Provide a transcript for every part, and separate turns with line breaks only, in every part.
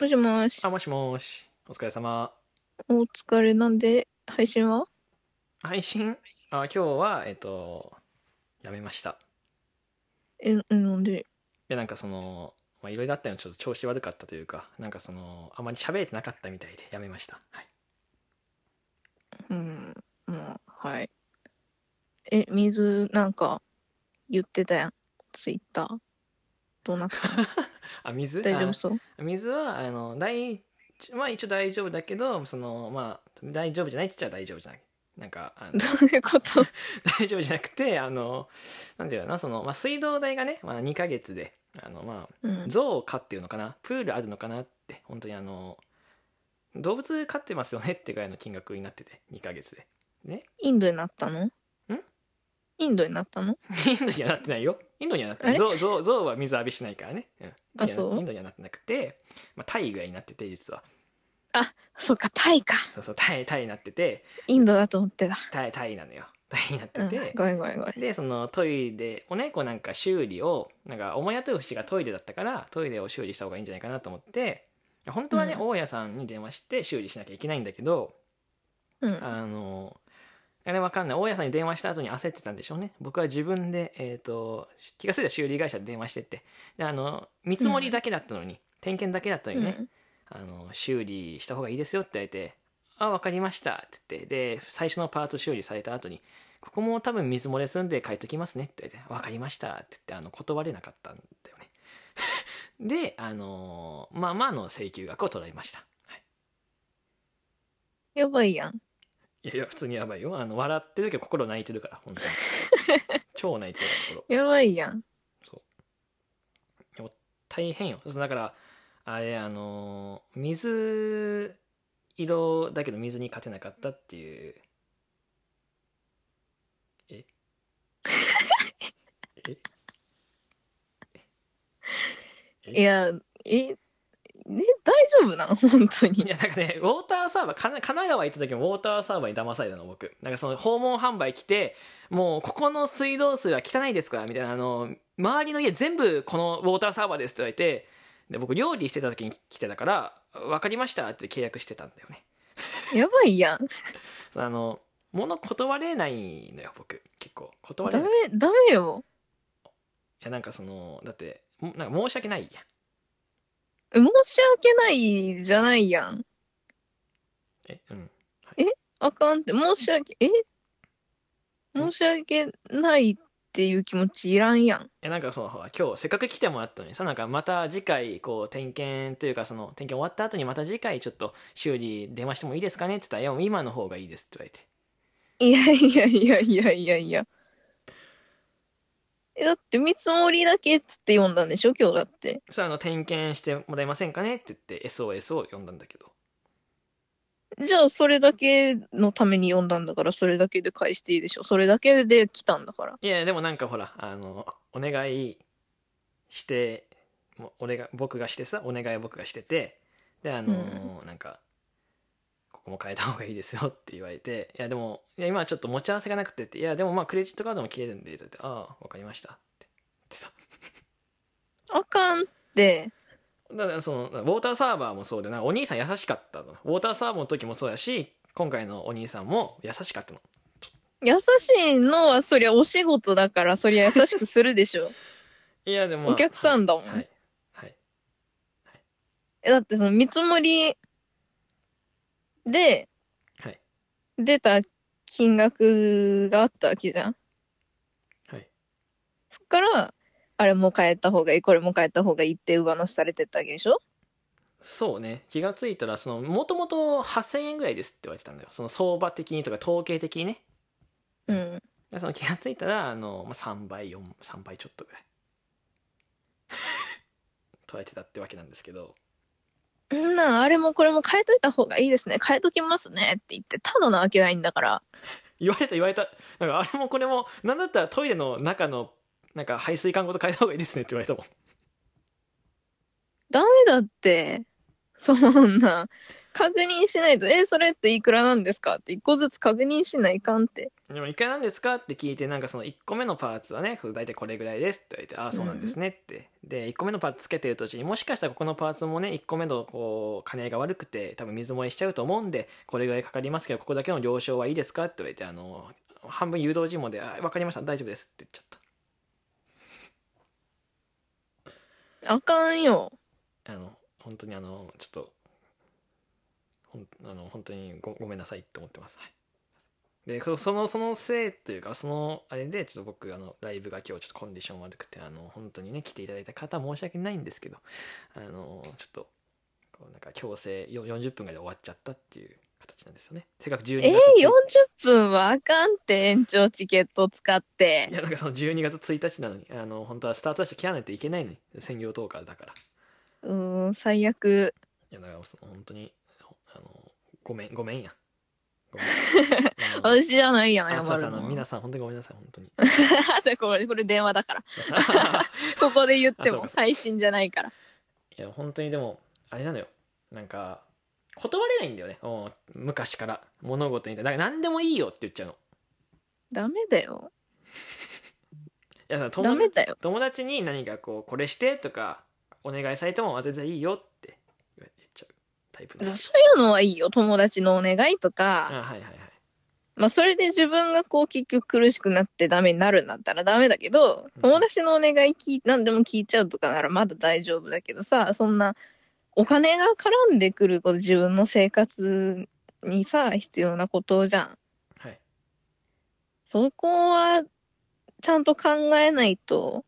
もしもし
あ、。もしもし。お疲れ様。
お疲れなんで、配信は
配信あ、今日は、えっと、やめました。
え、えなんで
で、なんかその、まあ、いろいろあったのちょっと調子悪かったというか、なんかその、あまり喋れてなかったみたいで、やめました。はい。
うん、まあ、はい。え、水なんか言ってたやん。ツイッター。どうな ったの
あ、水
大丈夫そう
あ水は、あの、大、まあ一応大丈夫だけど、その、まあ、大丈夫じゃないって言っちゃ大丈夫じゃない。なんか、あの
どういう こと
大丈夫じゃなくてあのなんていうかなその、まあ、水道代がね、まあ、2ヶ月であのま
う
あ
ん。
象を飼っていうのかなプールあるのかなって本当にあの動物飼ってますよねってぐらいの金額になってて2ヶ月でね
インドになったのんインドになったの
インドにはなってないよインドにはなってな
あ
い
れ
象象象は水浴びしないからね、うん、
あそう
インドにはなってなくて、まあ、タイぐらいになってて実は
そっか、タイか。
そうそうタイタイになってて
インドだと思ってた。
タイタイなのよタイになって
うん
て、、
ごめんごめんごめん。
でそのトイレをねこうなんか修理をなんか思い当たる節がトイレだったからトイレを修理した方がいいんじゃないかなと思って本当はね、
うん
大家さんに電話して修理しなきゃいけないんだけど
うん。
あのあれわかんない大家さんに電話した後に焦ってたんでしょうね僕は自分で、えー、と気が付いたら修理会社で電話してってであの見積もりだけだったのに、点検だけだったのにね、あの修理した方がいいですよって言われて「あ分かりました」って言ってで最初のパーツ修理された後に「ここも多分水漏れすんで書いときますね」って言われて「分かりました」って言ってあの断れなかったんだよね であのまあまあの請求額を取られました、はい、
やばいやん。
いやいや普通にやばいよあの笑ってるけど心泣いてるから本当に超泣いてるから心
やばいやん。
大変よそうだからあれあの水色だけど水に勝てなかったっていうええ
いや、え、え、大丈夫なの本当
い
に。
やなんかねウォーターサーバーかな神奈川行った時もウォーターサーバーに騙されたの僕なんかその訪問販売来てもうここの水道水は汚いですからみたいなあの周りの家全部このウォーターサーバーですって言われてで僕料理してた時に来てたから分かりましたって契約してたんだよね
やばい やん。
あの物断れないのよ僕結構断れ
ダ
な
メ
いい、
ダメよ。
やなんかそのだってもなんか申し訳ないや
申
ん
し訳ないじゃないやん。
えうん
あかんって、申し訳、え申し訳ないっていう気持ちいらんやん。
えなんかそうほら今日せっかく来てもらったのにさなんかまた次回こう点検というかその点検終わった後にまた次回ちょっと修理電話してもいいですかねって言ったらいや「今の方がいいです」って言われて
いやいやいやいやいやいや。え、だって見積もりだけっつって読んだんでしょ今日だって。
そしたらあの点検してもらえませんかねって言って SOS を呼んだんだけど
じゃあそれだけのために読んだんだから、それだけで返していいでしょそれだけで来たんだから。
いやでもなんかほらあのお願いしてもう俺が僕がしてさお願い僕がしててであの、なんか「ここも変えた方がいいですよ」って言われて「いやでもいや今はちょっと持ち合わせがなくて」って「いやでもまあクレジットカードも切れるんで」って言って「ああわかりました」って言ってた。
あかんって。
だからそのウォーターサーバーもそうでなお兄さん優しかったのウォーターサーバーの時もそうだし今回のお兄さんも優しかったの
優しいのはそりゃお仕事だから、そりゃ優しくするでし ょ。
いやでもまあ
お客さんだもん。
はいはい
えだってその見積もりで
はい
出た金額があったわけじゃん。
はい
そっから、あれも変えた方がいい、これも変えた方がいいって上乗せされてったわけでしょ
そうね気がついたらそのもともと8000円ぐらいですって言われてたんだよその相場的にとか統計的にね
うん。
でその気がついたらあの、まあ、3倍43倍ちょっとぐらい 取られてたってわけなんですけど
んなん、あれもこれも変えといた方がいいですね。変えときますねって言って、ただなわけないんだから。
言われた言われたなんかあれもこれもなんだったらトイレの中のなんか排水管ごと変えた方がいいですねって言われたもん
ダメだって。そんな、確認しないと、え、それっていくらなんですかって一個ずつ確認しないかんって。
でも一回何ですかって聞いてなんかその1個目のパーツはねそう大体これぐらいですって言われてああそうなんですねって、で1個目のパーツつけてる途中にもしかしたらここのパーツもね1個目のこう兼ね合いが悪くて多分水漏れしちゃうと思うんでこれぐらいかかりますけどここだけの了承はいいですかって言われてあの半分誘導尋問で「あ分かりました大丈夫です」って言っちゃっ
あかんよ。
たあの本当にあのちょっとほんあの本当にごごめんなさいって思ってます、はいでそそのそのせいというかそのあれでちょっと僕あのライブが今日ちょっとコンディション悪くてあの本当にね来ていただいた方申し訳ないんですけどあのちょっとこうなんか強制よ40分ぐらいで終わっちゃったっていう形なんですよねせっかく12月
えー、40
つい
分はあかんって、延長チケット使っ
い
て。
やなんかその12月1日なのにあの本当はスタートして切らないといけないのに専業トーカーだから
うーん、最悪。
いやだからその本当にあのごめんごめんやごめ んあの
私じゃないやん、
あ
謝
そうそ
る
うあの
の。
皆さん本当にごめんなさい本 当に
だからこれ、これ電話だから。
そうそう
ここで言って
あそう
も
かそう
配信じゃないから。
いや本当にでもあれなのよなんか断れないんだよねうん昔から物事に対してだから何でもいいよって言っちゃうの
ダメだよ。
いやその友
ダメだよ。
友達に何かこうこれしてとかお願いされてもあ全然いいよって言っちゃうタイプ
そうい
の
うのはいいよ。友達のお願いと
あ
か。
はいはいはい
まあ、それで自分がこう結局苦しくなってダメになるんだったらダメだけど、友達のお願い聞い何でも聞いちゃうとかならまだ大丈夫だけどさ、そんなお金が絡んでくること自分の生活にさ、必要なことじゃん。
はい
そこはちゃんと考えないと、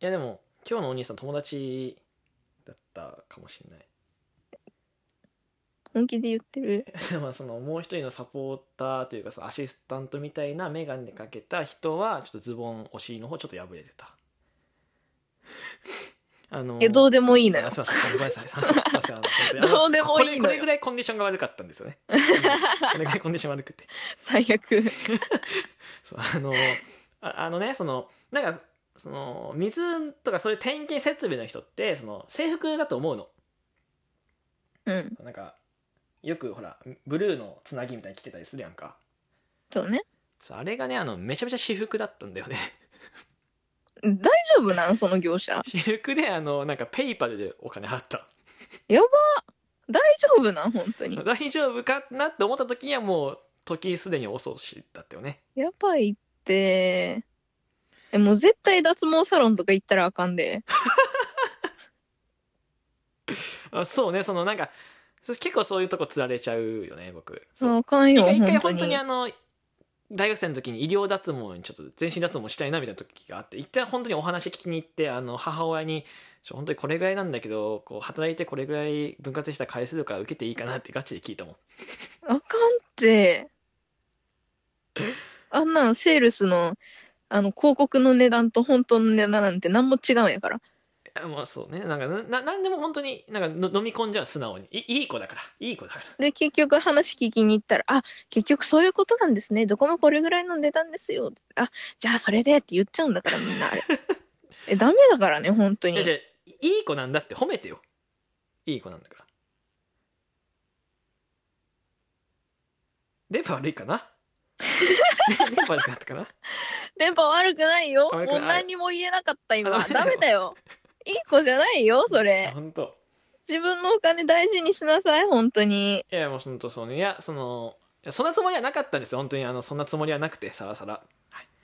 いやでも今日のお兄さん友達だったかもしれない
本気で言ってる。
でもそのもう一人のサポーターというかそのアシスタントみたいな眼鏡かけた人はちょっとズボンお尻の方ちょっと破れてた あの
いや、どうでもいいのよ
あ。すいませんごめんなさいすいませんすいません あの本当にあの
どうでもいいのよ
これこれぐらいコンディションが悪かったんです よねうんこれぐらいコンディション悪くて
最悪。
そうあのああのねそのなんかその水とかそういう点検設備の人ってその制服だと思うの
うん。
なんかよくほらブルーのつなぎみたいに着てたりするやんか
そうね。
そうあれがねあのめちゃめちゃ私服だったんだよね
大丈夫なんその業者。
私服であのなんかペイパルでお金払った
大丈夫なん本当に。
大丈夫かなって思った時にはもう時すでに遅しだったよね
やばいって。え、もう絶対脱毛サロンとか行ったらあかんで。
あそうねそのなんかそ結構そういうとこつられちゃうよね僕
あ
う
あかん
一
よ、
回一回
本当
本当に
に。
あの大学生の時に医療脱毛にちょっと全身脱毛したいなみたいな時があって一回本当にお話聞きに行ってあの母親にちょ本当にこれぐらいなんだけどこう働いてこれぐらい分割した回数とか受けていいかなってガチで聞いたもん
あかんって。あんなんセールスの、あの、広告の値段と本当の値段なんて何も違うんやから。
あまあそうねなんかなななんでも本当になんかの飲み込んじゃう素直にいいい子だからいい子だから
で、結局話聞きに行ったら、あ、結局そういうことなんですね。どこもこれぐらいの値段ですよ。あ、じゃあそれでって言っちゃうんだからみんなあれ。え、ダメだからね、本当
い
に
や。じゃいい子なんだって褒めてよいい子なんだから電波悪いかな電波悪くなったかな
電波悪くないよ。
あ悪く
も
ないう
何も言えなかった今
あ。ダ
ダ
メだ
メ
よ
だよ。いい子じゃないよ、そ
あ
れ。
本当
自分のお金大事にしなさい、本当に。
いやもう本当そうねいやそのいやそんなつもりはなかったんですよ本当にあのそんなつもりはなくてさらさら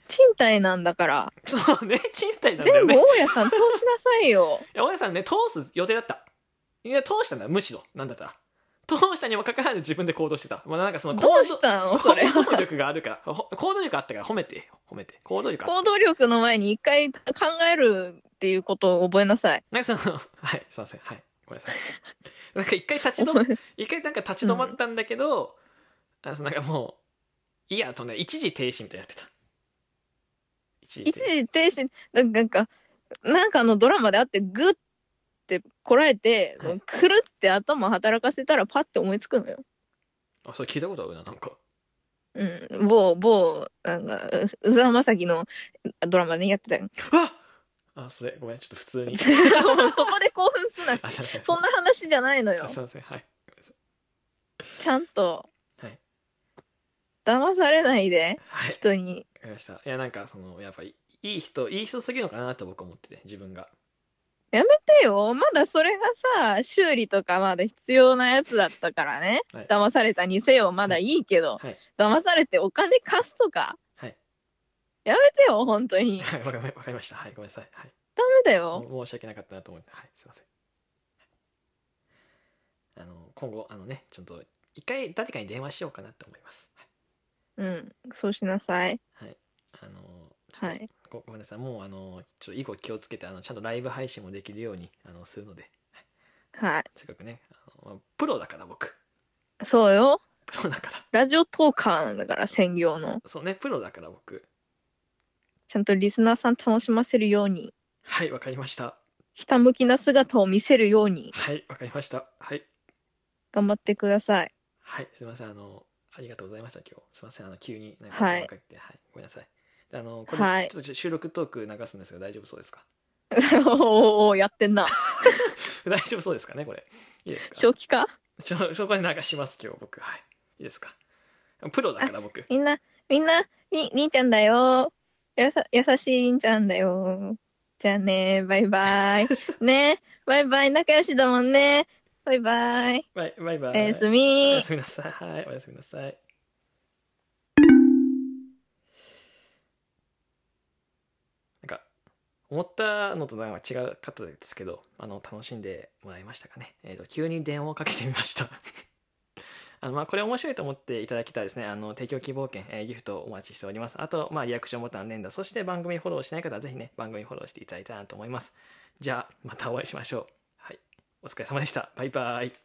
賃貸なんだから。
そうね賃貸なんだよ
全部
ねい
大家さん通しなさいよ。
や大家さんね通す予定だったいや通したんだむしろなんだったら通したにもかかわらず自分で行動してた、まあ、なんかその
ど
行動
うしたのそれ。
行動力があるからほ行動力あったから褒めてよ褒めて行動力あった
行動力の前に一回考えるっていうことを覚えなさい。
なんかその、 はい、すいません、はい、ごめんなさい。なんか一回立ち止ま、一回なんか立ち止まったんだけど、あそのなんかもう、いいやとね、一時停止みたいになってた。一 時
一
停止。
時停止、なんか、なんかあのドラマであって、グッてこらえて
はい、
くるって頭働かせたらパッて思いつくのよ。
あ、それ聞いたことあるな、なんか。
うん、某、某、なんか、うざまさきのドラマでやってたよ。
あ、それ、ごめん、ちょっと普通に。
そこで興奮すなし
あ、。すいません。
そんな話じゃないのよ
あ、す。いません、はい。ごめんなさい
ちゃんと
はい
騙されないで
はいわか
人に
りましたいやなんかそのやっぱいいい人いい人すぎるのかなって僕は思ってて自分が
やめてよまだそれがさ修理とかまだ必要なやつだったからね、
はい
騙されたにせよまだいいけど、
はい
騙されてお金貸すとか
はい
やめてよ本当にダ
はいわかりわかりましたはいごめんなさいはい
メだよ
も申し訳なかったなと思ってはいすいませんあの今後あのねちょっと一回誰かに電話しようかなって思います
うんそうしなさい
あのちょっと
はい
ごごめんなさいもうあのちょっと以降気をつけてあのちゃんとライブ配信もできるようにあのするので
は
せっかくねあのまあプロだから僕
いそうよ
プロだから
ラジオトーカーなんだから専業の
そうねプロだから僕
ちゃんとリスナーさん楽しませるように
はいわかりました
ひたむきな姿を見せるように
はいわかりましたはい
頑張ってください
はいすいませんあのありがとうございました今日すいませんあの急になんか
はい
電話かけてはい、ごめんなさいあのこれ、
はい
ちょっと収録トーク流すんですが大丈夫そうですか
おーおーやってんな
大丈夫そうですかねこれいいですか
正気か
ちょそこで流します今日僕はいいいですかプロだから僕
みんなみんなりりんちゃんだよやさ優しいりんちゃんだよじゃあねバイバイねバイバイ仲良しだもんねバイバイ
バイバイバイ
おやす
お
み
やすみなさい。はい、おやすみなさい。なんか、思ったのとなんか違かったですけど、あの、楽しんでもらいましたかね。えっ、と、急に電話をかけてみました。 あの、まあ、これ面白いと思っていただけたらですね、あの、提供希望券、えーギフトお待ちしております。あと、まあ、リアクションボタン連打、そして番組フォローしない方はぜひね、番組フォローしていただいたらなと思います。じゃあ、またお会いしましょう。はい。お疲れ様でした。バイバイ。